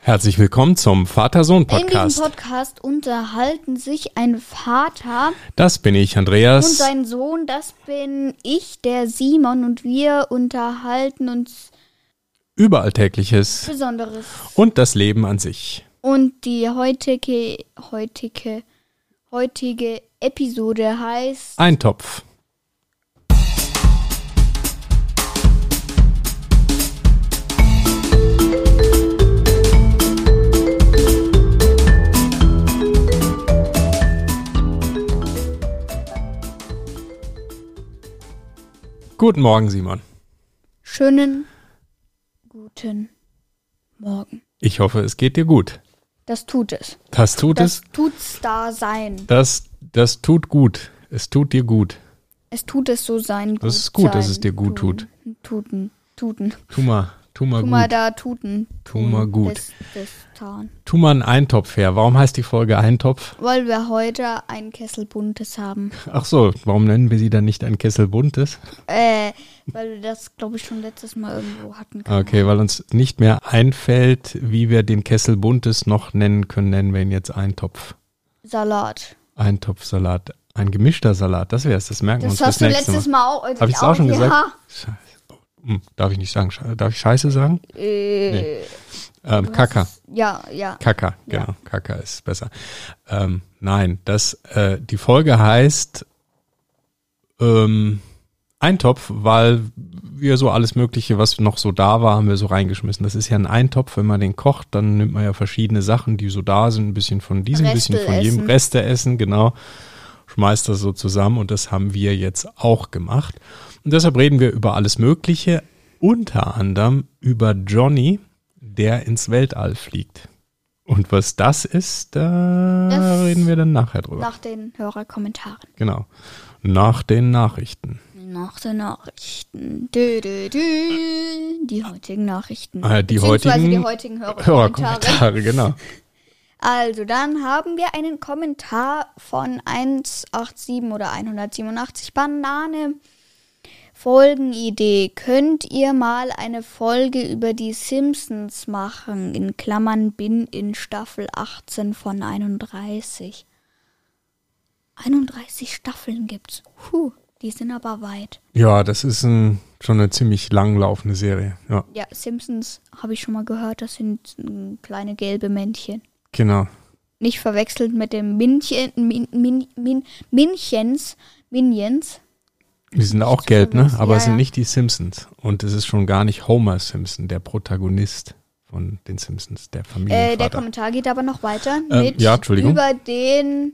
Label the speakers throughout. Speaker 1: Herzlich willkommen zum
Speaker 2: In diesem
Speaker 1: Vater-Sohn-Podcast.
Speaker 2: Podcast unterhalten sich ein Vater
Speaker 1: Das bin ich,
Speaker 2: und
Speaker 1: Andreas.
Speaker 2: sein Sohn, das bin ich, der Simon, und wir unterhalten uns
Speaker 1: Über Alltägliches
Speaker 2: Besonderes.
Speaker 1: und das Leben an sich.
Speaker 2: Und die heutige, heutige, heutige Episode heißt
Speaker 1: Ein Topf. Guten Morgen, Simon.
Speaker 2: Schönen guten Morgen.
Speaker 1: Ich hoffe, es geht dir gut.
Speaker 2: Das tut es.
Speaker 1: Das tut
Speaker 2: Das
Speaker 1: es.
Speaker 2: tut's da sein.
Speaker 1: Das, das tut gut. Es tut dir gut.
Speaker 2: Es tut es so sein.
Speaker 1: Das ist gut, dass es
Speaker 2: sein.
Speaker 1: dir gut
Speaker 2: Tun.
Speaker 1: tut.
Speaker 2: Tuten, tuten.
Speaker 1: Tu mal, tu mal
Speaker 2: Tu
Speaker 1: gut.
Speaker 2: mal da Tuten.
Speaker 1: Tu mal gut.
Speaker 2: Des, des Tarn.
Speaker 1: tu mal einen Eintopf her. Warum heißt die Folge Eintopf?
Speaker 2: Weil wir heute einen Kessel Buntes haben.
Speaker 1: Ach so, warum nennen wir sie dann nicht ein Kessel Buntes?
Speaker 2: Äh, weil wir das, glaube ich, schon letztes Mal irgendwo hatten.
Speaker 1: Okay, weil uns nicht mehr einfällt, wie wir den Kessel Buntes noch nennen können, nennen wir ihn jetzt Eintopf.
Speaker 2: Salat.
Speaker 1: Eintopfsalat. Ein gemischter Salat, das wäre es. Das merken wir uns
Speaker 2: Das
Speaker 1: das
Speaker 2: hast du
Speaker 1: nächste
Speaker 2: letztes
Speaker 1: Mal.
Speaker 2: Mal auch.
Speaker 1: Habe ich es auch schon
Speaker 2: ja.
Speaker 1: gesagt? Scheiße. Hm, darf ich nicht sagen. Sche- Darf ich Scheiße sagen?
Speaker 2: Äh,
Speaker 1: Ähm, Kacker.
Speaker 2: Ja, ja.
Speaker 1: Kaka, genau. Kaka ist besser. Ähm, nein, das, äh, die Folge heißt ähm, Eintopf, weil wir so alles Mögliche, was noch so da war, haben wir so reingeschmissen. Das ist ja ein Eintopf, wenn man den kocht, dann nimmt man ja verschiedene Sachen, die so da sind, ein bisschen von diesem, ein bisschen von jedem Reste
Speaker 2: Reste essen.
Speaker 1: essen, genau. Schmeißt das so zusammen und das haben wir jetzt auch gemacht. Und deshalb reden wir über alles Mögliche, unter anderem über Johnny, der ins Weltall fliegt. Und was das ist, da
Speaker 2: Das-
Speaker 1: reden wir dann nachher drüber.
Speaker 2: Nach den Hörerkommentaren.
Speaker 1: genau. Nach den Nachrichten.
Speaker 2: Nach den Nachrichten. Dö, dö, dö. Die heutigen Nachrichten.
Speaker 1: Ah, die
Speaker 2: Beziehungsweise
Speaker 1: heutigen
Speaker 2: die heutigen Hörerkommentare.
Speaker 1: Hörerkommentare, genau.
Speaker 2: Also, dann haben wir einen Kommentar von 187 oder 187 Banane. Folgenidee. Könnt ihr mal eine Folge über die Simpsons machen? In Klammern bin in Staffel 18 von 31. 31 Staffeln gibt's. Puh, die sind aber weit.
Speaker 1: Ja, das ist ein, schon eine ziemlich langlaufende Serie. Ja,
Speaker 2: Ja, Simpsons habe ich schon mal gehört, das sind mm, kleine gelbe Männchen.
Speaker 1: genau.
Speaker 2: nicht verwechselt mit dem Minchen, Min, Min, Min, Minchens, Minions.
Speaker 1: Die sind auch gelb, ne?
Speaker 2: verwechseln.
Speaker 1: Aber es
Speaker 2: Ja,
Speaker 1: sind
Speaker 2: ja.
Speaker 1: nicht die Simpsons. Und es ist schon gar nicht Homer Simpson, der Protagonist von den Simpsons, der Familienvater.
Speaker 2: Äh, der Kommentar geht aber noch weiter
Speaker 1: Ähm,
Speaker 2: mit
Speaker 1: ja, Entschuldigung.
Speaker 2: über den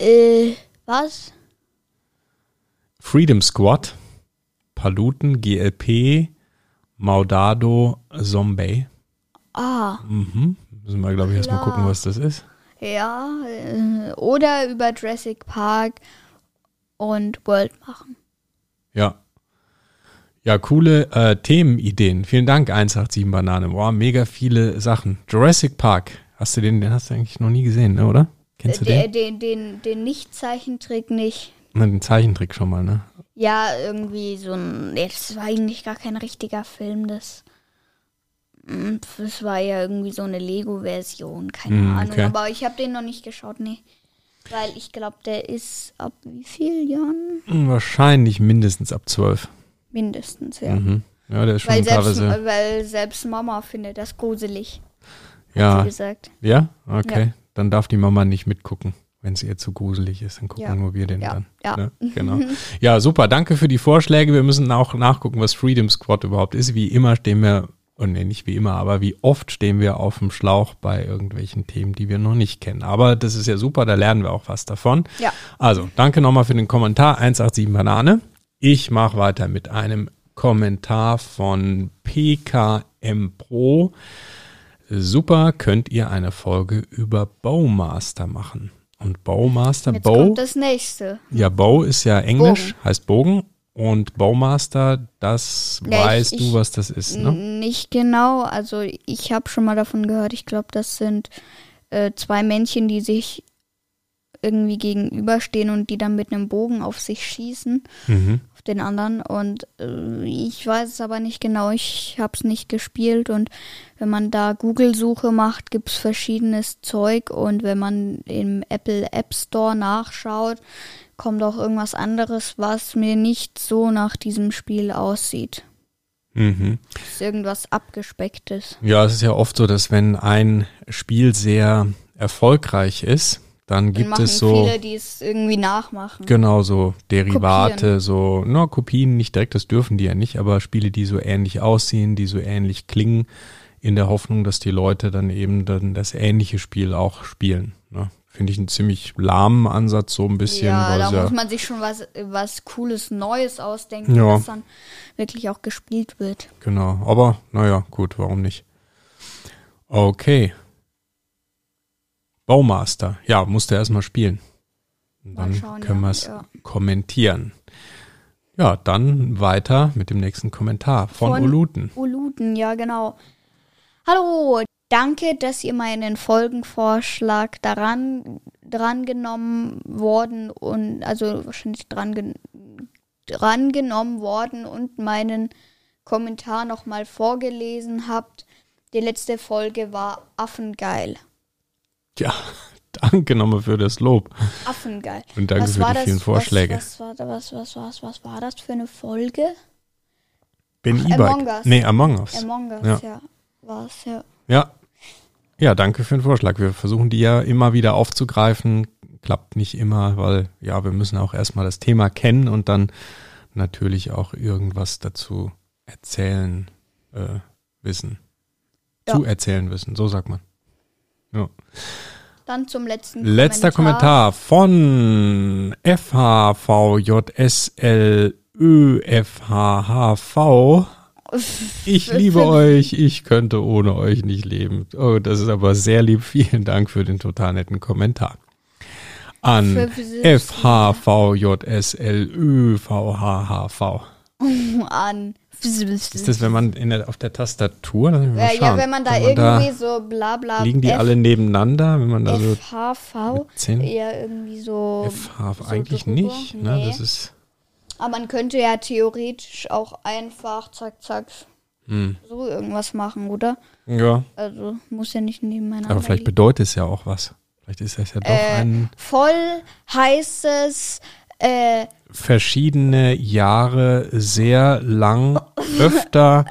Speaker 2: äh, was?
Speaker 1: Freedom Squad, Paluten, GLP, Maudado, Zombie.
Speaker 2: Ah,
Speaker 1: Mhm. Müssen wir, glaube ich, erstmal
Speaker 2: Klar.
Speaker 1: gucken, was das ist.
Speaker 2: ja. Äh, oder über Jurassic Park und World machen.
Speaker 1: Ja. Ja, coole äh, Themenideen. Vielen Dank, 187 Banane. Wow, mega viele Sachen. Jurassic Park. Hast du den, den hast du eigentlich noch nie gesehen, ne, oder? Kennst du den?
Speaker 2: Den, den, den, den Nicht-Zeichentrick nicht.
Speaker 1: Na, den Zeichentrick schon mal, ne?
Speaker 2: Ja, irgendwie so ein. ja, Das war eigentlich gar kein richtiger Film, das. mm, Das war ja irgendwie so eine Lego-Version, keine
Speaker 1: Mm,
Speaker 2: Ahnung.
Speaker 1: okay.
Speaker 2: Aber ich habe den noch nicht geschaut, nee. Weil ich glaube, der ist ab wie vielen Jahren?
Speaker 1: Hm, Wahrscheinlich mindestens ab 12.
Speaker 2: Mindestens, ja.
Speaker 1: Mhm. Ja, der ist schon
Speaker 2: Weil, selbst,
Speaker 1: teilweise.
Speaker 2: weil selbst Mama findet das gruselig, hat
Speaker 1: Ja,
Speaker 2: sie gesagt.
Speaker 1: ja, okay. Dann darf die Mama nicht mitgucken. Wenn es ihr zu gruselig ist, dann gucken
Speaker 2: Ja.
Speaker 1: nur wir den
Speaker 2: Ja,
Speaker 1: dann.
Speaker 2: ja.
Speaker 1: Ne? Genau. Ja, super. Danke für die Vorschläge. Wir müssen auch nachgucken, was Freedom Squad überhaupt ist. Wie immer stehen wir, oh nee, nicht wie immer, aber wie oft stehen wir auf dem Schlauch bei irgendwelchen Themen, die wir noch nicht kennen. Aber das ist ja super, da lernen wir auch was davon.
Speaker 2: Ja.
Speaker 1: Also, danke nochmal für den Kommentar 187 Banane. Ich mache weiter mit einem Kommentar von PKM Pro. Super, könnt ihr eine Folge über Bowmaster machen. Und Bowmaster,
Speaker 2: Jetzt
Speaker 1: Bow,
Speaker 2: kommt das nächste.
Speaker 1: ja, Bow ist ja Englisch, heißt Bogen. Und Bowmaster, das
Speaker 2: Ja, ich-
Speaker 1: weißt
Speaker 2: ich-
Speaker 1: du, was das ist, ne?
Speaker 2: Nicht genau, also ich habe schon mal davon gehört. Ich glaube, das sind äh, zwei Männchen, die sich irgendwie gegenüberstehen und die dann mit einem Bogen auf sich schießen,
Speaker 1: Mhm.
Speaker 2: auf den anderen. Und äh, ich weiß es aber nicht genau, ich habe es nicht gespielt. Und wenn man da Google-Suche macht, gibt es verschiedenes Zeug. Und wenn man im Apple App Store nachschaut, kommt auch irgendwas anderes, was mir nicht so nach diesem Spiel aussieht.
Speaker 1: Mhm.
Speaker 2: Ist irgendwas abgespecktes.
Speaker 1: Ja, es ist ja oft so, dass wenn ein Spiel sehr erfolgreich ist, dann
Speaker 2: Dann
Speaker 1: gibt
Speaker 2: machen
Speaker 1: es so
Speaker 2: viele, die es irgendwie nachmachen.
Speaker 1: genau so Derivate,
Speaker 2: Kopieren.
Speaker 1: so na, Kopien nicht direkt, das dürfen die ja nicht, aber Spiele, die so ähnlich aussehen, die so ähnlich klingen, in der Hoffnung, dass die Leute dann eben dann das ähnliche Spiel auch spielen. Ne? Finde ich einen ziemlich lahmen Ansatz, so ein bisschen.
Speaker 2: ja,
Speaker 1: weil es
Speaker 2: da
Speaker 1: ja-
Speaker 2: muss man sich schon was, was Cooles, Neues ausdenken,
Speaker 1: Ja.
Speaker 2: was dann wirklich auch gespielt wird.
Speaker 1: Genau, aber naja, gut, warum nicht? Okay. Baumaster. Ja, musste erstmal spielen. Und
Speaker 2: Mal
Speaker 1: dann
Speaker 2: schauen,
Speaker 1: können
Speaker 2: ja,
Speaker 1: wir es
Speaker 2: ja.
Speaker 1: kommentieren. Ja, dann weiter mit dem nächsten Kommentar von,
Speaker 2: Von-
Speaker 1: Uluten.
Speaker 2: Uluden, ja genau. Hallo, danke, dass ihr meinen Folgenvorschlag daran dran genommen worden und also wahrscheinlich dran, gen, dran genommen worden und meinen Kommentar nochmal vorgelesen habt. Die letzte Folge war Affengeil.
Speaker 1: Ja, danke nochmal für das Lob.
Speaker 2: Affengeil.
Speaker 1: Und danke für die vielen Vorschläge.
Speaker 2: Was, was, war- was, was, was, was war das für eine Folge?
Speaker 1: Bin
Speaker 2: Ach, Among
Speaker 1: E-Bike.
Speaker 2: Us.
Speaker 1: Nee, Among Us.
Speaker 2: Among Us,
Speaker 1: Ja.
Speaker 2: ja. War es, ja.
Speaker 1: Ja. Ja, danke für den Vorschlag. Wir versuchen die ja immer wieder aufzugreifen. Klappt nicht immer, weil ja, wir müssen auch erstmal das Thema kennen und dann natürlich auch irgendwas dazu erzählen, äh, wissen.
Speaker 2: Ja.
Speaker 1: Zu erzählen wissen, so sagt man. Ja.
Speaker 2: Dann zum letzten
Speaker 1: Letzter Kommentar von FHVJSLÖFHHV. Ich liebe euch, ich könnte ohne euch nicht leben. Oh, das ist aber sehr lieb. Vielen Dank für den total netten Kommentar. An
Speaker 2: Für Physik-
Speaker 1: FHVJSLÖVHHV.
Speaker 2: An.
Speaker 1: Ist das, wenn man in der, auf der Tastatur? Lass mich mal
Speaker 2: Äh, ja, ja,
Speaker 1: schauen.
Speaker 2: wenn man da irgendwie so bla bla.
Speaker 1: liegen die
Speaker 2: F-
Speaker 1: alle also nebeneinander, wenn man da so
Speaker 2: FHV.
Speaker 1: zehn-
Speaker 2: Eher irgendwie so.
Speaker 1: FH
Speaker 2: so
Speaker 1: eigentlich
Speaker 2: drüber.
Speaker 1: nicht. Ne?
Speaker 2: Nee.
Speaker 1: Das ist
Speaker 2: Aber Ah, man könnte ja theoretisch auch einfach zack, zack,
Speaker 1: Hm.
Speaker 2: so irgendwas machen, oder?
Speaker 1: ja.
Speaker 2: Also muss ja nicht nebeneinander.
Speaker 1: Aber vielleicht
Speaker 2: liegen.
Speaker 1: bedeutet es ja auch was. Vielleicht ist das ja doch
Speaker 2: Äh.
Speaker 1: ein
Speaker 2: voll heißes. Äh,
Speaker 1: verschiedene Jahre sehr lang öfter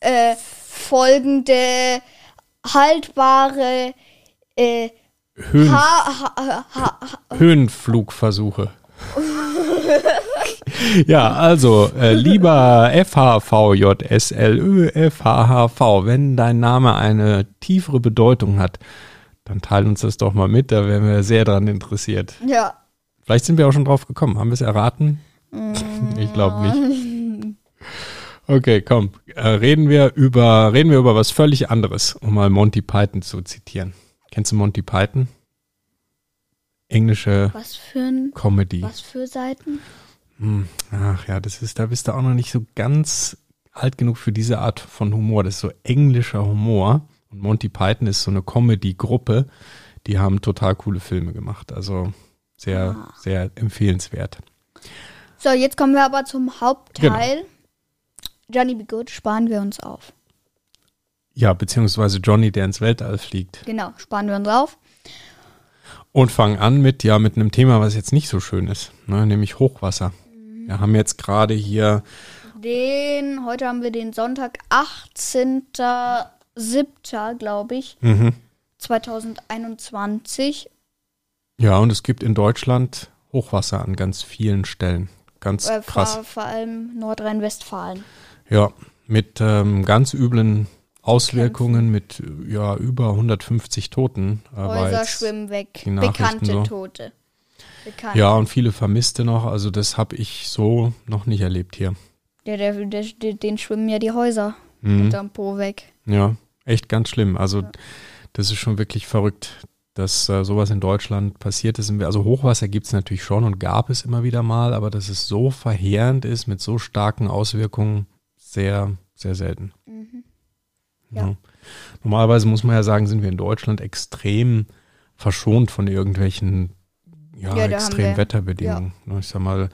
Speaker 2: äh, folgende haltbare äh,
Speaker 1: Höhen,
Speaker 2: ha, ha, ha, ha,
Speaker 1: Höhenflugversuche. ja, also, äh, lieber FHVJSLÖFHHV, wenn dein Name eine tiefere Bedeutung hat, dann teil uns das doch mal mit, da wären wir sehr dran interessiert.
Speaker 2: ja.
Speaker 1: Vielleicht sind wir auch schon drauf gekommen. Haben wir es erraten? Ich glaube nicht. Okay, komm. Äh, reden wir über reden wir über was völlig anderes, um mal Monty Python zu zitieren. Kennst du Monty Python? Englische
Speaker 2: Was für ein
Speaker 1: Comedy.
Speaker 2: was für Seiten?
Speaker 1: Hm, Ach ja, das ist da bist du auch noch nicht so ganz alt genug für diese Art von Humor. Das ist so englischer Humor und Monty Python ist so eine Comedy Gruppe, die haben total coole Filme gemacht. Also sehr sehr empfehlenswert.
Speaker 2: So, jetzt kommen wir aber zum Hauptteil.
Speaker 1: Genau.
Speaker 2: Johnny Be Good sparen wir uns auf.
Speaker 1: Ja, beziehungsweise Johnny, der ins Weltall fliegt.
Speaker 2: Genau, sparen wir uns auf.
Speaker 1: Und fangen an mit, ja, mit einem Thema, was jetzt nicht so schön ist, ne, nämlich Hochwasser.
Speaker 2: Mhm.
Speaker 1: Wir haben jetzt gerade hier,
Speaker 2: Den, heute haben wir den Sonntag, 18.07., glaube ich,
Speaker 1: mhm.
Speaker 2: 2021.
Speaker 1: ja, und es gibt in Deutschland Hochwasser an ganz vielen Stellen. Ganz
Speaker 2: Äh,
Speaker 1: krass.
Speaker 2: vor, vor allem Nordrhein-Westfalen.
Speaker 1: Ja, mit ähm, ganz üblen Auswirkungen, mit äh, ja, über 150 Toten. Aber
Speaker 2: Häuser
Speaker 1: jetzt-
Speaker 2: schwimmen weg.
Speaker 1: die Nachrichten
Speaker 2: Bekannte
Speaker 1: so.
Speaker 2: Tote. Bekannt.
Speaker 1: Ja, und viele Vermisste noch. Also das habe ich so noch nicht erlebt hier.
Speaker 2: Der, der, der, der, den schwimmen ja die Häuser
Speaker 1: Mhm.
Speaker 2: hinterm Po weg.
Speaker 1: Ja, echt ganz schlimm. Also das ist schon wirklich verrückt, dass äh, sowas in Deutschland passiert ist. Also Hochwasser gibt es natürlich schon und gab es immer wieder mal, aber dass es so verheerend ist mit so starken Auswirkungen, sehr, sehr selten.
Speaker 2: Mhm. Ja.
Speaker 1: Ne? Normalerweise muss man ja sagen, sind wir in Deutschland extrem verschont von irgendwelchen ja,
Speaker 2: Ja, da haben
Speaker 1: extrem
Speaker 2: wir-
Speaker 1: Wetterbedingungen. ne? Ich sag mal,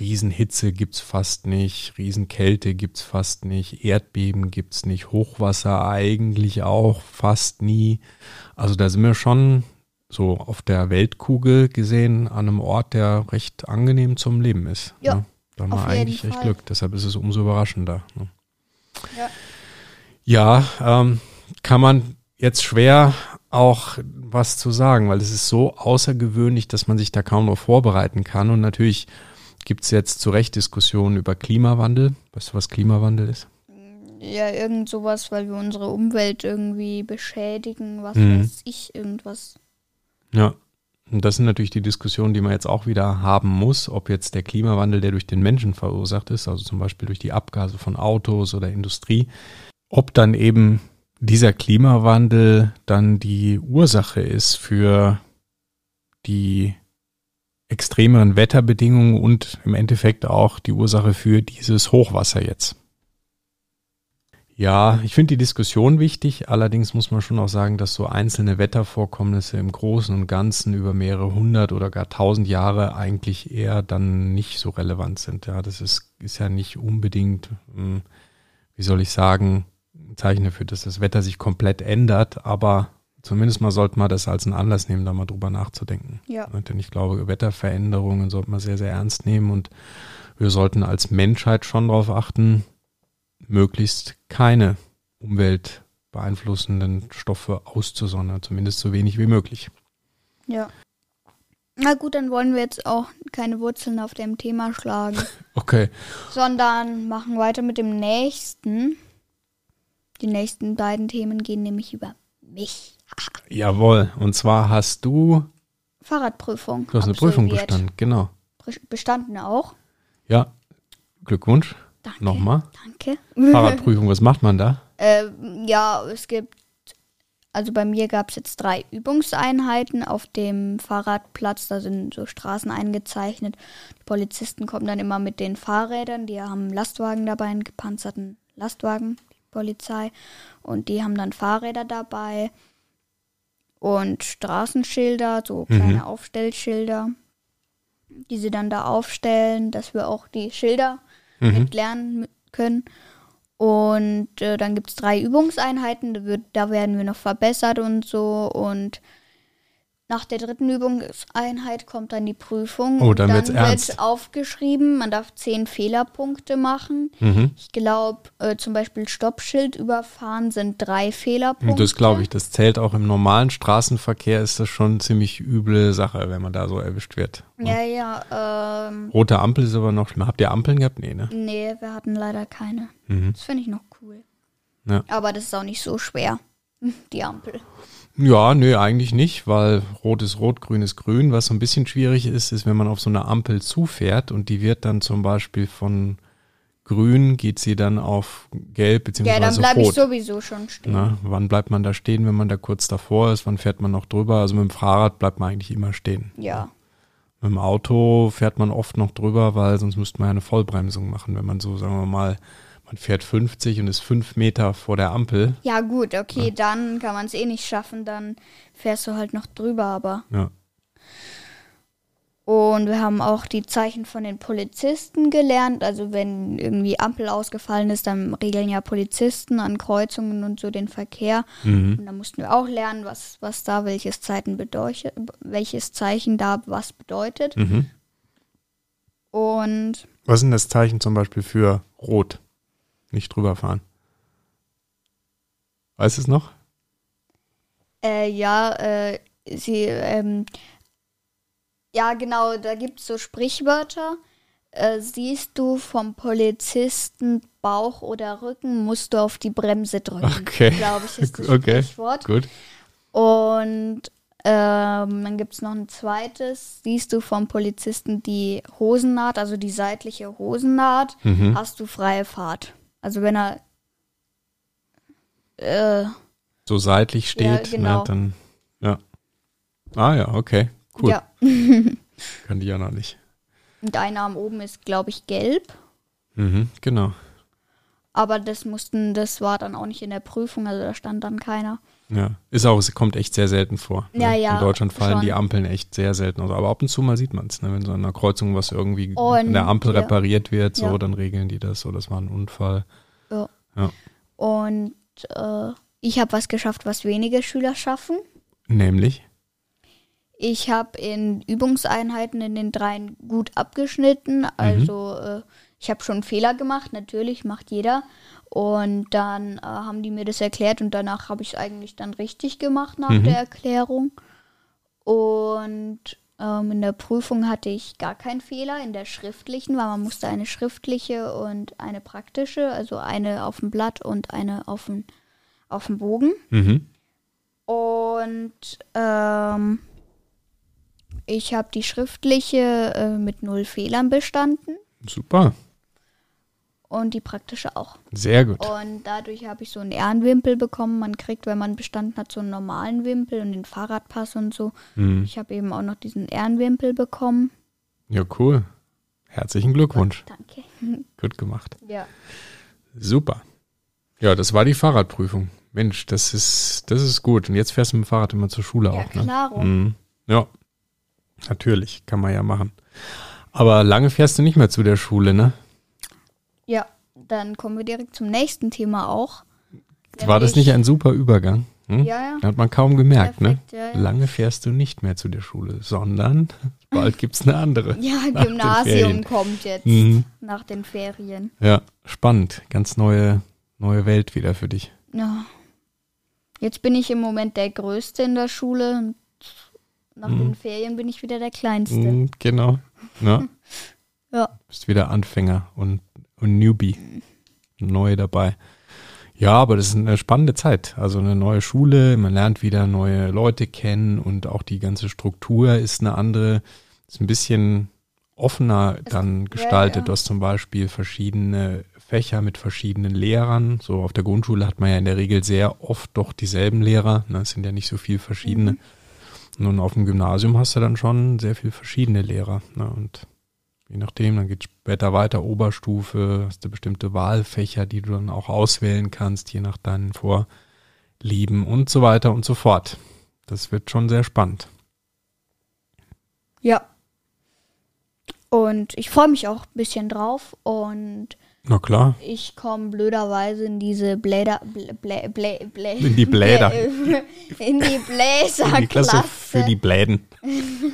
Speaker 1: Riesenhitze gibt's fast nicht, Riesenkälte gibt's fast nicht, Erdbeben gibt's nicht, Hochwasser eigentlich auch fast nie. Also da sind wir schon so auf der Weltkugel gesehen an einem Ort, der recht angenehm zum Leben ist.
Speaker 2: Ja,
Speaker 1: ne? Da haben
Speaker 2: auf
Speaker 1: wir
Speaker 2: jeden
Speaker 1: eigentlich echt
Speaker 2: Fall.
Speaker 1: Glück. Deshalb ist es umso überraschender. Ne?
Speaker 2: Ja.
Speaker 1: Ja, ähm, kann man jetzt schwer auch was zu sagen, weil es ist so außergewöhnlich, dass man sich da kaum noch vorbereiten kann. Und natürlich gibt's jetzt zu Recht Diskussionen über Klimawandel. Weißt du, was Klimawandel ist?
Speaker 2: Ja, irgend sowas, weil wir unsere Umwelt irgendwie beschädigen, was
Speaker 1: Mhm.
Speaker 2: weiß ich, irgendwas.
Speaker 1: Ja. Und das sind natürlich die Diskussionen, die man jetzt auch wieder haben muss, ob jetzt der Klimawandel, der durch den Menschen verursacht ist, also zum Beispiel durch die Abgase von Autos oder Industrie, ob dann eben dieser Klimawandel dann die Ursache ist für die extremeren Wetterbedingungen und im Endeffekt auch die Ursache für dieses Hochwasser jetzt. Ja, ich finde die Diskussion wichtig. Allerdings muss man schon auch sagen, dass so einzelne Wettervorkommnisse im Großen und Ganzen über mehrere hundert oder gar tausend Jahre eigentlich eher dann nicht so relevant sind. Ja, das ist, ist ja nicht unbedingt, hm, wie soll ich sagen, ein Zeichen dafür, dass das Wetter sich komplett ändert. Aber zumindest mal sollte man das als einen Anlass nehmen, da mal drüber nachzudenken.
Speaker 2: Ja.
Speaker 1: Und Denn ich glaube, Wetterveränderungen sollte man sehr, sehr ernst nehmen und wir sollten als Menschheit schon darauf achten, möglichst keine umweltbeeinflussenden Stoffe auszusondern, zumindest so wenig wie möglich.
Speaker 2: Ja. Na gut, dann wollen wir jetzt auch keine Wurzeln auf dem Thema schlagen,
Speaker 1: Okay,
Speaker 2: sondern machen weiter mit dem nächsten. Die nächsten beiden Themen gehen nämlich über mich.
Speaker 1: jawohl. Und zwar hast du,
Speaker 2: Fahrradprüfung.
Speaker 1: du hast eine Prüfung
Speaker 2: absolviert.
Speaker 1: bestanden, genau.
Speaker 2: Pre- Bestanden auch.
Speaker 1: Ja, Glückwunsch
Speaker 2: Danke.
Speaker 1: nochmal.
Speaker 2: Danke.
Speaker 1: Fahrradprüfung, was macht man da?
Speaker 2: Äh, ja, es gibt, also bei mir gab es jetzt drei Übungseinheiten auf dem Fahrradplatz. Da sind so Straßen eingezeichnet. Die Polizisten kommen dann immer mit den Fahrrädern. Die haben einen Lastwagen dabei, einen gepanzerten Lastwagen, die Polizei. Und die haben dann Fahrräder dabei und Straßenschilder, so
Speaker 1: Mhm.
Speaker 2: kleine Aufstellschilder, die sie dann da aufstellen, dass wir auch die Schilder
Speaker 1: Mhm.
Speaker 2: mitlernen mi- können. Und äh, dann gibt es drei Übungseinheiten, da, wird, da werden wir noch verbessert und so. Und nach der dritten Übungseinheit kommt dann die Prüfung.
Speaker 1: Oh,
Speaker 2: Und
Speaker 1: dann wird's
Speaker 2: wird
Speaker 1: ernst.
Speaker 2: aufgeschrieben, man darf zehn Fehlerpunkte machen.
Speaker 1: Mhm.
Speaker 2: Ich glaube, äh, zum Beispiel Stoppschild überfahren sind drei Fehlerpunkte.
Speaker 1: Und das glaube ich, das zählt auch im normalen Straßenverkehr, ist das schon ziemlich üble Sache, wenn man da so erwischt wird.
Speaker 2: Ja, ja, ähm,
Speaker 1: Rote Ampel ist aber noch schlimmer. Habt ihr Ampeln gehabt? Nee, ne?
Speaker 2: nee, wir hatten leider keine. Das finde ich noch cool.
Speaker 1: Mhm. Ja.
Speaker 2: Aber das ist auch nicht so schwer, die Ampel.
Speaker 1: Ja, nö, eigentlich nicht, weil rot ist rot, grün ist grün. Was so ein bisschen schwierig ist, ist, wenn man auf so eine Ampel zufährt und die wird dann zum Beispiel von grün, geht sie dann auf gelb
Speaker 2: Ja, dann
Speaker 1: beziehungsweise
Speaker 2: bleibe ich
Speaker 1: also rot.
Speaker 2: sowieso schon stehen.
Speaker 1: Ne? Wann bleibt man da stehen, wenn man da kurz davor ist? Wann fährt man noch drüber? Also mit dem Fahrrad bleibt man eigentlich immer stehen.
Speaker 2: Ja.
Speaker 1: Mit dem Auto fährt man oft noch drüber, weil sonst müsste man ja eine Vollbremsung machen, wenn man so, sagen wir mal, man fährt 50 und ist fünf Meter vor der Ampel.
Speaker 2: Ja, gut, okay, dann kann man es eh nicht schaffen, dann fährst du halt noch drüber, aber.
Speaker 1: Ja.
Speaker 2: Und wir haben auch die Zeichen von den Polizisten gelernt. Also wenn irgendwie Ampel ausgefallen ist, dann regeln ja Polizisten an Kreuzungen und so den Verkehr. Und da mussten wir auch lernen, was, was da welches Zeiten bedeuche, welches Zeichen da was bedeutet.
Speaker 1: Mhm.
Speaker 2: Und
Speaker 1: Was ist denn das Zeichen zum Beispiel für rot? Nicht drüber fahren. Weißt du es noch?
Speaker 2: Äh, ja, äh, sie, ähm, ja, genau, da gibt es so Sprichwörter. Äh, siehst du vom Polizisten Bauch oder Rücken, musst du auf die Bremse drücken.
Speaker 1: Okay.
Speaker 2: Glaube ich, ist das
Speaker 1: Okay.
Speaker 2: Sprichwort.
Speaker 1: Gut.
Speaker 2: Und ähm, dann gibt es noch ein zweites. Siehst du vom Polizisten die Hosennaht, also die seitliche Hosennaht,
Speaker 1: Mhm.
Speaker 2: hast du freie Fahrt. Also wenn er. Äh,
Speaker 1: So seitlich steht,
Speaker 2: Ja, genau.
Speaker 1: ne, dann. Ja. Ah ja, okay. Cool.
Speaker 2: ja.
Speaker 1: Kannte ich ja noch nicht.
Speaker 2: Und ein Arm oben ist, glaube ich, gelb.
Speaker 1: Mhm, genau.
Speaker 2: Aber das mussten, das war dann auch nicht in der Prüfung, also da stand dann keiner.
Speaker 1: Ja, ist auch, es kommt echt sehr selten vor.
Speaker 2: Ja,
Speaker 1: ne?
Speaker 2: ja,
Speaker 1: In Deutschland fallen
Speaker 2: schon.
Speaker 1: die Ampeln echt sehr selten aus. Aber ab und zu mal sieht man es, ne? wenn so an einer Kreuzung was irgendwie
Speaker 2: Und-
Speaker 1: an der Ampel
Speaker 2: ja.
Speaker 1: repariert wird, so,
Speaker 2: Ja.
Speaker 1: dann regeln die das. So, das war ein Unfall.
Speaker 2: Ja.
Speaker 1: Ja.
Speaker 2: Und äh, ich habe was geschafft, was wenige Schüler schaffen.
Speaker 1: Nämlich,
Speaker 2: Ich habe in Übungseinheiten in den dreien gut abgeschnitten. Also äh, ich habe schon Fehler gemacht, natürlich macht jeder. Und dann äh, haben die mir das erklärt und danach habe ich es eigentlich dann richtig gemacht nach
Speaker 1: Mhm.
Speaker 2: der Erklärung. Und ähm, in der Prüfung hatte ich gar keinen Fehler, in der schriftlichen, weil man musste eine schriftliche und eine praktische, also eine auf dem Blatt und eine auf dem, auf dem Bogen.
Speaker 1: mhm.
Speaker 2: Und ähm, ich habe die schriftliche äh, mit null Fehlern bestanden
Speaker 1: super,
Speaker 2: und die praktische auch.
Speaker 1: sehr gut.
Speaker 2: Und dadurch habe ich so einen Ehrenwimpel bekommen. Man kriegt, wenn man bestanden hat, so einen normalen Wimpel und den Fahrradpass und so.
Speaker 1: Mhm.
Speaker 2: Ich habe eben auch noch diesen Ehrenwimpel bekommen.
Speaker 1: Ja, cool. Herzlichen Glückwunsch.
Speaker 2: Danke.
Speaker 1: Gut gemacht.
Speaker 2: Ja.
Speaker 1: Super. Ja, das war die Fahrradprüfung. Mensch, das ist, das ist gut. Und jetzt fährst du mit dem Fahrrad immer zur Schule
Speaker 2: Ja, genau.
Speaker 1: auch, ne?
Speaker 2: klaro.
Speaker 1: Mhm. Ja, natürlich, kann man ja machen. Aber lange fährst du nicht mehr zu der Schule, ne?
Speaker 2: Ja, dann kommen wir direkt zum nächsten Thema auch.
Speaker 1: War das nicht
Speaker 2: Nämlich-
Speaker 1: ein super Übergang? Hm?
Speaker 2: Ja, ja.
Speaker 1: Hat man kaum gemerkt,
Speaker 2: Perfekt,
Speaker 1: ne?
Speaker 2: ja, ja.
Speaker 1: Lange fährst du nicht mehr zu der Schule, sondern bald gibt's eine andere.
Speaker 2: Ja,
Speaker 1: nach den
Speaker 2: Gymnasium
Speaker 1: Ferien.
Speaker 2: kommt jetzt
Speaker 1: Mhm.
Speaker 2: nach den Ferien.
Speaker 1: Ja, spannend. Ganz neue, neue Welt wieder für dich.
Speaker 2: Ja. Jetzt bin ich im Moment der Größte in der Schule und nach den Ferien bin ich wieder der Kleinste.
Speaker 1: Mhm, genau. Ja,
Speaker 2: Ja.
Speaker 1: bist wieder Anfänger und, und Newbie. Neu dabei. Ja, aber das ist eine spannende Zeit. Also eine neue Schule, man lernt wieder neue Leute kennen und auch die ganze Struktur ist eine andere, ist ein bisschen offener dann gestaltet.
Speaker 2: ja.
Speaker 1: Du hast zum Beispiel verschiedene Fächer mit verschiedenen Lehrern. So auf der Grundschule hat man ja in der Regel sehr oft doch dieselben Lehrer. Ne? Es sind ja nicht so viel verschiedene. Nun, auf dem Gymnasium hast du dann schon sehr viel verschiedene Lehrer. Ne? Und je nachdem, dann geht später weiter, Oberstufe, hast du bestimmte Wahlfächer, die du dann auch auswählen kannst, je nach deinen Vorlieben und so weiter und so fort. Das wird schon sehr spannend.
Speaker 2: Ja. Und ich freue mich auch ein bisschen drauf und
Speaker 1: Na klar.
Speaker 2: ich komme blöderweise in diese Bläder. Blä, blä, blä, blä,
Speaker 1: In die Bläder.
Speaker 2: in die Bläserklasse.
Speaker 1: In die Klasse für die Bläden. In die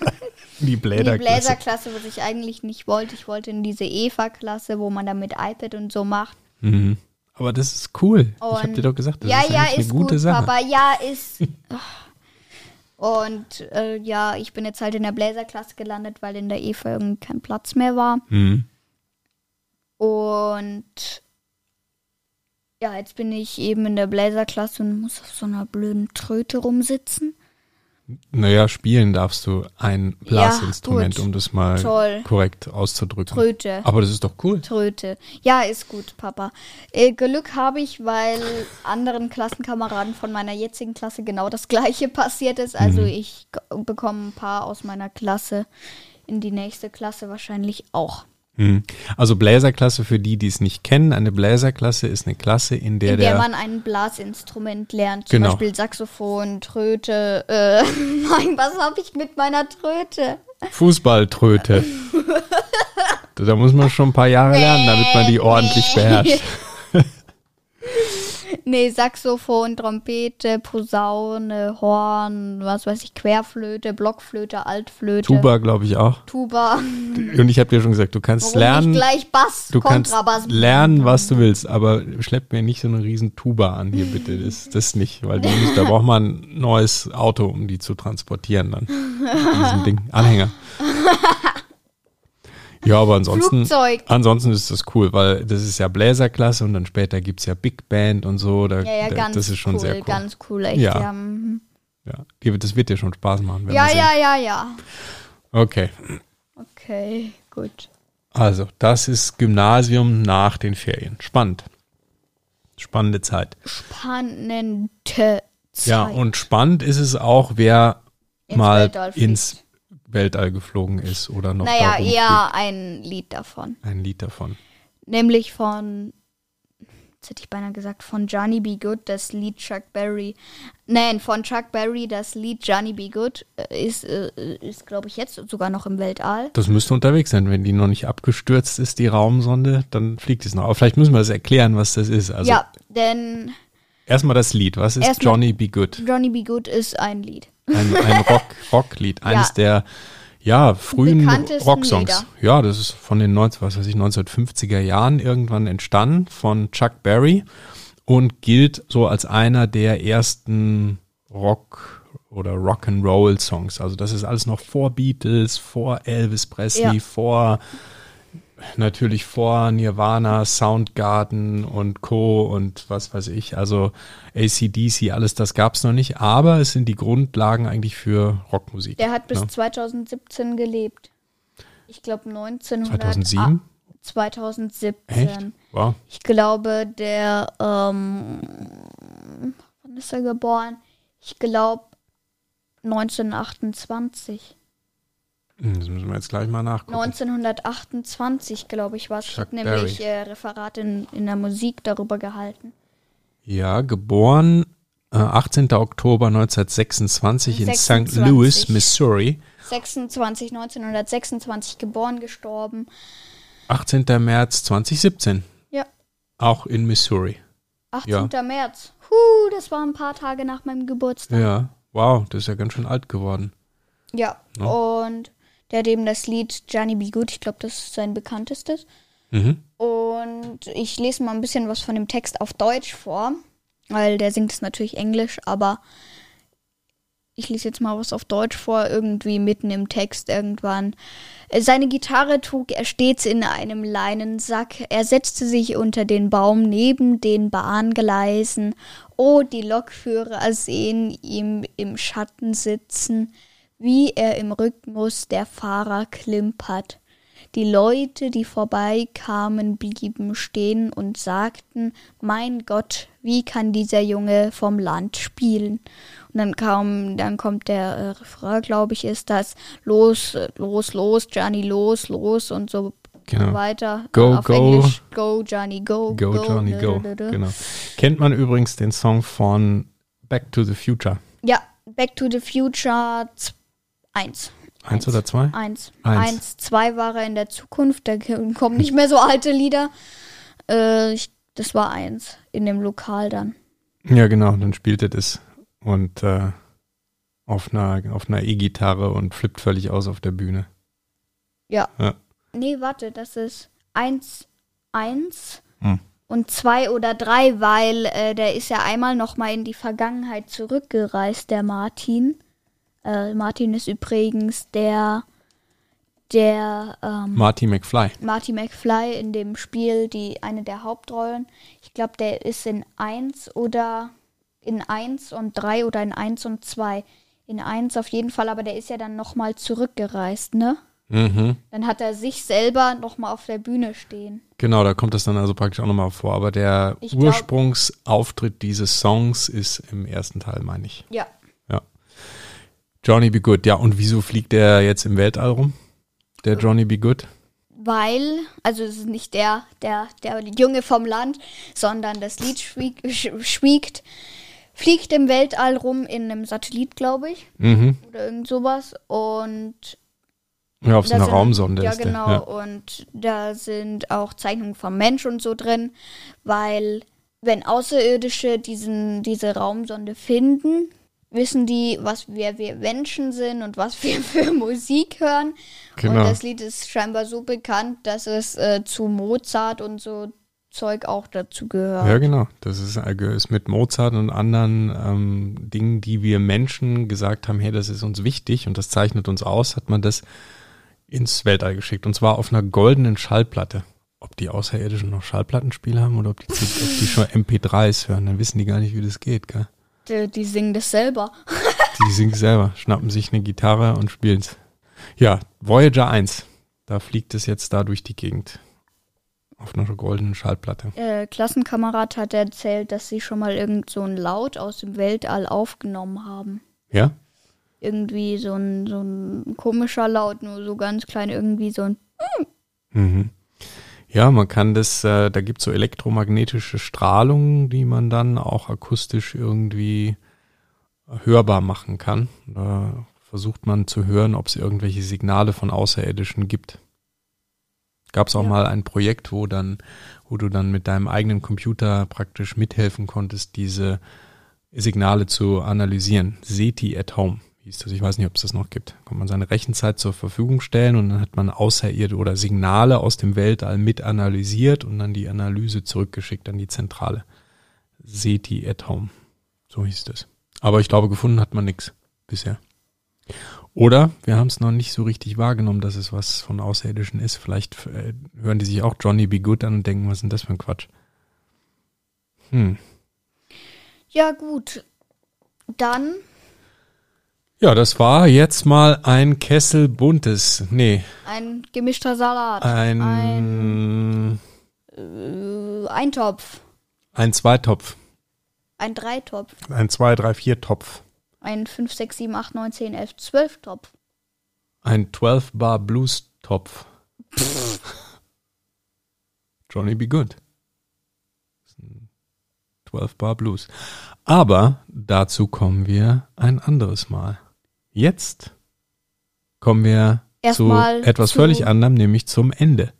Speaker 2: in die
Speaker 1: Bläderklasse.
Speaker 2: Bläserklasse, was ich eigentlich nicht wollte. Ich wollte in diese Eva-Klasse, wo man dann mit iPad und so macht.
Speaker 1: Mhm. Aber das ist cool. ich habe
Speaker 2: Und-
Speaker 1: dir doch gesagt, das
Speaker 2: ja,
Speaker 1: ist,
Speaker 2: ja,
Speaker 1: eigentlich
Speaker 2: ist
Speaker 1: eine gute
Speaker 2: gut,
Speaker 1: Sache.
Speaker 2: Papa, ja, ist. Und äh, ja, ich bin jetzt halt in der Bläserklasse gelandet, weil in der Eva irgendwie kein Platz mehr war.
Speaker 1: Mhm.
Speaker 2: Und ja, jetzt bin ich eben in der Bläserklasse und muss auf so einer blöden Tröte rumsitzen.
Speaker 1: Naja, spielen darfst du ein Blasinstrument,
Speaker 2: gut.
Speaker 1: um das mal
Speaker 2: Toll.
Speaker 1: korrekt auszudrücken.
Speaker 2: Tröte.
Speaker 1: Aber das ist doch cool.
Speaker 2: Tröte. Ja, ist gut, Papa. Äh, Glück habe ich, weil anderen Klassenkameraden von meiner jetzigen Klasse genau das gleiche passiert ist.
Speaker 1: Mhm.
Speaker 2: Also ich k- bekomme ein paar aus meiner Klasse in die nächste Klasse wahrscheinlich auch.
Speaker 1: Hm. Also Bläserklasse für die, die es nicht kennen. Eine Bläserklasse ist eine Klasse, in der,
Speaker 2: In der
Speaker 1: der
Speaker 2: man ein Blasinstrument lernt, zum
Speaker 1: Genau.
Speaker 2: Beispiel Saxophon, Tröte. Äh, nein, was habe ich mit meiner Tröte?
Speaker 1: Fußballtröte. da muss man schon ein paar Jahre lernen, damit man die ordentlich beherrscht.
Speaker 2: Nee, Saxophon, Trompete, Posaune, Horn, was weiß ich, Querflöte, Blockflöte, Altflöte,
Speaker 1: Tuba, glaube ich, auch.
Speaker 2: Tuba.
Speaker 1: Und ich habe dir schon gesagt, du kannst
Speaker 2: Mhm. Warum
Speaker 1: lernen.
Speaker 2: nicht gleich Bass,
Speaker 1: Du kannst
Speaker 2: Kontrabass?
Speaker 1: lernen, was du willst, aber schlepp mir nicht so eine riesen Tuba an hier bitte. Das, das nicht, weil die muss, da braucht man ein neues Auto, um die zu transportieren dann. Mit diesem Ding. Anhänger. Ja, aber ansonsten,
Speaker 2: Flugzeug.
Speaker 1: ansonsten ist das cool, weil das ist ja Bläserklasse und dann später gibt es ja Big Band und so. Da,
Speaker 2: ja, ja,
Speaker 1: da,
Speaker 2: ganz
Speaker 1: das ist schon
Speaker 2: cool,
Speaker 1: sehr cool.
Speaker 2: ganz cool, echt.
Speaker 1: Ja.
Speaker 2: Ja, mhm.
Speaker 1: ja. Dir wird- Das wird dir schon Spaß machen. Wenn
Speaker 2: ja,
Speaker 1: wir sehen.
Speaker 2: ja, ja, ja.
Speaker 1: Okay,
Speaker 2: Okay, gut.
Speaker 1: also das ist Gymnasium nach den Ferien. Spannend. Spannende Zeit.
Speaker 2: Spannende Zeit.
Speaker 1: Ja, und spannend ist es auch, wer
Speaker 2: Ins
Speaker 1: mal
Speaker 2: Weltall fliegt.
Speaker 1: ins Weltall geflogen ist oder noch
Speaker 2: Naja,
Speaker 1: darum
Speaker 2: eher ein Lied davon.
Speaker 1: ein Lied davon.
Speaker 2: Nämlich von jetzt hätte ich beinahe gesagt, von Johnny Be Good, das Lied Chuck Berry. Nein, von Chuck Berry, das Lied Johnny Be Good äh, ist, äh, ist glaube ich, jetzt sogar noch im Weltall.
Speaker 1: Das müsste unterwegs sein. Wenn die noch nicht abgestürzt ist, die Raumsonde, dann fliegt es noch. Aber vielleicht müssen wir das erklären, was das ist. Also
Speaker 2: ja, denn
Speaker 1: erstmal das Lied. Was ist
Speaker 2: Erstmal-
Speaker 1: Johnny Be Good?
Speaker 2: Johnny Be Good ist ein Lied.
Speaker 1: Ein, ein Rock, Rocklied. Eines der ja, frühen
Speaker 2: Bekanntesten
Speaker 1: Rocksongs.
Speaker 2: Lieder.
Speaker 1: Ja, das ist von den 19, was weiß ich, 1950er Jahren irgendwann entstanden von Chuck Berry und gilt so als einer der ersten Rock- oder Rock'n'Roll-Songs. Also das ist alles noch vor Beatles, vor Elvis Presley,
Speaker 2: Ja.
Speaker 1: vor natürlich vor Nirvana, Soundgarden und Co. und was weiß ich, also ACDC, alles das gab es noch nicht, aber es sind die Grundlagen eigentlich für Rockmusik.
Speaker 2: Der hat bis
Speaker 1: ne?
Speaker 2: 2017 gelebt. Ich glaube 1900.
Speaker 1: 2007?
Speaker 2: Ah, 2017.
Speaker 1: Echt? Wow.
Speaker 2: Ich glaube, der, ähm, wann ist er geboren? Ich glaube 1928.
Speaker 1: Hm, Das müssen wir jetzt gleich mal nachgucken.
Speaker 2: 1928, glaube ich, war es. Ich
Speaker 1: Chuck
Speaker 2: habe nämlich äh, Referat in, in der Musik darüber gehalten.
Speaker 1: Ja, geboren äh, 18. Oktober 1926 in St.
Speaker 2: 26.
Speaker 1: Louis, Missouri.
Speaker 2: 26, 1926 geboren, gestorben.
Speaker 1: 18. März 2017,
Speaker 2: Ja,
Speaker 1: auch in Missouri.
Speaker 2: 18. März. Huh, das war ein paar Tage nach meinem Geburtstag.
Speaker 1: Ja, wow, das ist ja ganz schön alt geworden.
Speaker 2: Ja, und der hat eben das Lied Johnny Be Good, ich glaube, das ist sein bekanntestes.
Speaker 1: Mhm.
Speaker 2: Und ich lese mal ein bisschen was von dem Text auf Deutsch vor, weil der singt es natürlich Englisch, aber ich lese jetzt mal was auf Deutsch vor, irgendwie mitten im Text irgendwann. Seine Gitarre trug er stets in einem Leinensack. Er setzte sich unter den Baum neben den Bahngleisen. Oh, die Lokführer sehen ihm im Schatten sitzen, wie er im Rhythmus der Fahrer klimpert. Die Leute, die vorbeikamen, blieben stehen und sagten, mein Gott, wie kann dieser Junge vom Land spielen? Und dann kam, dann kommt der äh, Refrain, glaube ich, ist das los, äh, los, los, Johnny, los, los und so
Speaker 1: Genau.
Speaker 2: weiter.
Speaker 1: Go,
Speaker 2: Auf
Speaker 1: go.
Speaker 2: Englisch, go, Johnny, go, ne,
Speaker 1: Go, Johnny,
Speaker 2: dö,
Speaker 1: go.
Speaker 2: dö, dö, dö.
Speaker 1: Genau. Kennt man übrigens den Song von Back to the Future?
Speaker 2: Ja, Back to the Future 1.
Speaker 1: Eins oder zwei?
Speaker 2: Eins.
Speaker 1: Eins.
Speaker 2: Eins. Zwei war er in der Zukunft, da k- kommen nicht mehr so alte Lieder. Äh, ich, das war eins in dem Lokal dann.
Speaker 1: Ja, genau. Dann spielt er das und äh, auf einer auf einer E-Gitarre und flippt völlig aus auf der Bühne.
Speaker 2: Ja.
Speaker 1: Ja.
Speaker 2: Nee, warte, das ist eins, eins
Speaker 1: Hm.
Speaker 2: und zwei oder drei, weil äh, der ist ja einmal nochmal in die Vergangenheit zurückgereist, der Martin. Äh, Martin ist übrigens der, der, ähm,
Speaker 1: Marty McFly.
Speaker 2: Marty McFly in dem Spiel die eine der Hauptrollen. Ich glaube, der ist in 1 oder in 1 und 3 oder in 1 und 2. In 1 auf jeden Fall, aber der ist ja dann nochmal zurückgereist, ne?
Speaker 1: Mhm.
Speaker 2: Dann hat er sich selber nochmal auf der Bühne stehen.
Speaker 1: Genau, da kommt das dann also praktisch auch nochmal vor. Aber der
Speaker 2: Ich glaub-
Speaker 1: Ursprungsauftritt dieses Songs ist im ersten Teil, meine ich.
Speaker 2: Ja.
Speaker 1: Ja. Johnny Be Good. Ja, und wieso fliegt der jetzt im Weltall rum? Der
Speaker 2: Äh.
Speaker 1: Johnny Be Good?
Speaker 2: Weil, also es ist nicht der, der, der Junge vom Land, sondern das Lied schwieg, sch- schwiegt, fliegt im Weltall rum in einem Satellit, glaube ich,
Speaker 1: Mhm.
Speaker 2: oder irgend sowas. Und
Speaker 1: Ja, auf so
Speaker 2: Da
Speaker 1: einer
Speaker 2: sind-
Speaker 1: Raumsonde
Speaker 2: Ja,
Speaker 1: ist
Speaker 2: genau.
Speaker 1: der.
Speaker 2: Und da sind auch Zeichnungen vom Mensch und so drin, weil wenn Außerirdische diesen, diese Raumsonde finden, wissen die, was wir, wir Menschen sind und was wir für Musik hören.
Speaker 1: Genau.
Speaker 2: Und das Lied ist scheinbar so bekannt, dass es äh, zu Mozart und so Zeug auch dazu gehört.
Speaker 1: Ja, genau. Das ist, ist mit Mozart und anderen ähm, Dingen, die wir Menschen gesagt haben, hey, das ist uns wichtig und das zeichnet uns aus, hat man das ins Weltall geschickt. Und zwar auf einer goldenen Schallplatte. Ob die Außerirdischen noch Schallplattenspiele haben oder ob die, ob die schon MP3s hören, dann wissen die gar nicht, wie das geht. Gell?
Speaker 2: Die, die singen das selber.
Speaker 1: Die singen selber, schnappen sich eine Gitarre und spielen's. Ja, Voyager 1. Da fliegt es jetzt da durch die Gegend. Auf einer goldenen Schallplatte.
Speaker 2: Äh, Klassenkamerad hat erzählt, dass sie schon mal irgend so ein Laut aus dem Weltall aufgenommen haben.
Speaker 1: Ja?
Speaker 2: irgendwie so ein, so ein komischer Laut, nur so ganz klein, irgendwie so ein.
Speaker 1: Mhm. Ja, man kann das, äh, da gibt's so elektromagnetische Strahlung, die man dann auch akustisch irgendwie hörbar machen kann. Da versucht man zu hören, ob es irgendwelche Signale von Außerirdischen gibt. Gab's auch
Speaker 2: Ja.
Speaker 1: mal ein Projekt, wo dann, wo du dann mit deinem eigenen Computer praktisch mithelfen konntest, diese Signale zu analysieren. SETI at Home hieß das. Ich weiß nicht, ob es das noch gibt. Kann man seine Rechenzeit zur Verfügung stellen und dann hat man außerird oder Signale aus dem Weltall mit analysiert und dann die Analyse zurückgeschickt an die Zentrale. SETI at Home. So hieß das. Aber ich glaube, gefunden hat man nichts bisher. Oder wir haben es noch nicht so richtig wahrgenommen, dass es was von Außerirdischen ist. Vielleicht äh, hören die sich auch Johnny B. Good an und denken, was ist denn das für ein Quatsch? Hm.
Speaker 2: Ja, gut. Dann
Speaker 1: Ja, das war jetzt mal ein Kessel buntes. Nee,
Speaker 2: ein gemischter Salat.
Speaker 1: ein,
Speaker 2: Ein
Speaker 1: ein,
Speaker 2: äh, Eintopf.
Speaker 1: Zweitopf.
Speaker 2: Ein Dreitopf.
Speaker 1: Ein Zwei-, Drei-, Vier-Topf.
Speaker 2: Ein 5, 6, 7, 8, 9, 10, 11, 12 Topf.
Speaker 1: Ein 12-Bar-Blues-Topf. Johnny Be Good. 12-Bar-Blues. Aber dazu kommen wir ein anderes Mal. Jetzt kommen wir
Speaker 2: Erstmal
Speaker 1: zu etwas
Speaker 2: zu-
Speaker 1: völlig anderem, nämlich zum Ende.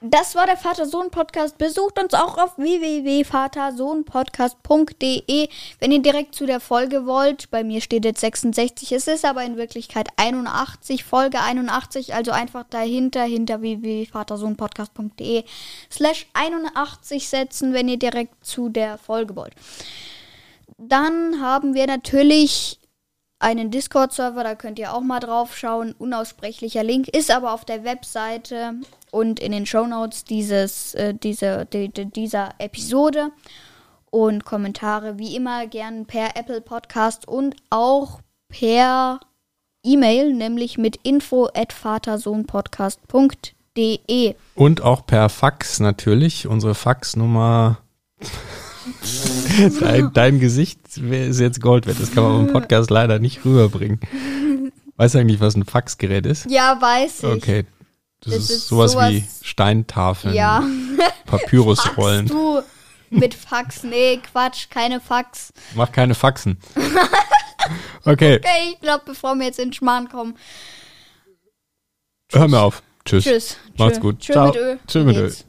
Speaker 2: Das war der Vater-Sohn-Podcast. Besucht uns auch auf www.vatersohnpodcast.de, wenn ihr direkt zu der Folge wollt. Bei mir steht jetzt 66, es ist aber in Wirklichkeit 81, Folge 81, also einfach dahinter, hinter www.vatersohnpodcast.de slash 81 setzen, wenn ihr direkt zu der Folge wollt. Dann haben wir natürlich einen Discord-Server, da könnt ihr auch mal drauf schauen. Unaussprechlicher Link ist aber auf der Webseite und in den Shownotes dieses, äh, diese, die, die, dieser Episode. Und Kommentare wie immer gern per Apple Podcast und auch per E-Mail, nämlich mit info at vatersohnpodcast.de.
Speaker 1: Und auch per Fax natürlich. Unsere Faxnummer. dein, dein Gesicht ist jetzt Gold wert. Das kann man im Podcast leider nicht rüberbringen. Weißt du eigentlich, was ein Faxgerät ist?
Speaker 2: Ja, weiß ich.
Speaker 1: Okay. Das,
Speaker 2: Das
Speaker 1: ist,
Speaker 2: ist
Speaker 1: sowas, wie
Speaker 2: sowas-
Speaker 1: Steintafeln,
Speaker 2: Ja. Fax,
Speaker 1: Papyrusrollen.
Speaker 2: du. Mit Fax, nee, Quatsch, keine Fax.
Speaker 1: Mach keine Faxen. Okay,
Speaker 2: Okay, ich glaube, bevor wir jetzt in den Schmarrn kommen.
Speaker 1: hör mir auf. Tschüss.
Speaker 2: Tschüss.
Speaker 1: Macht's
Speaker 2: Tschö.
Speaker 1: gut.
Speaker 2: Tschö
Speaker 1: Ciao.
Speaker 2: mit Öl.
Speaker 1: Tschö mit
Speaker 2: Wie
Speaker 1: Öl.
Speaker 2: geht's?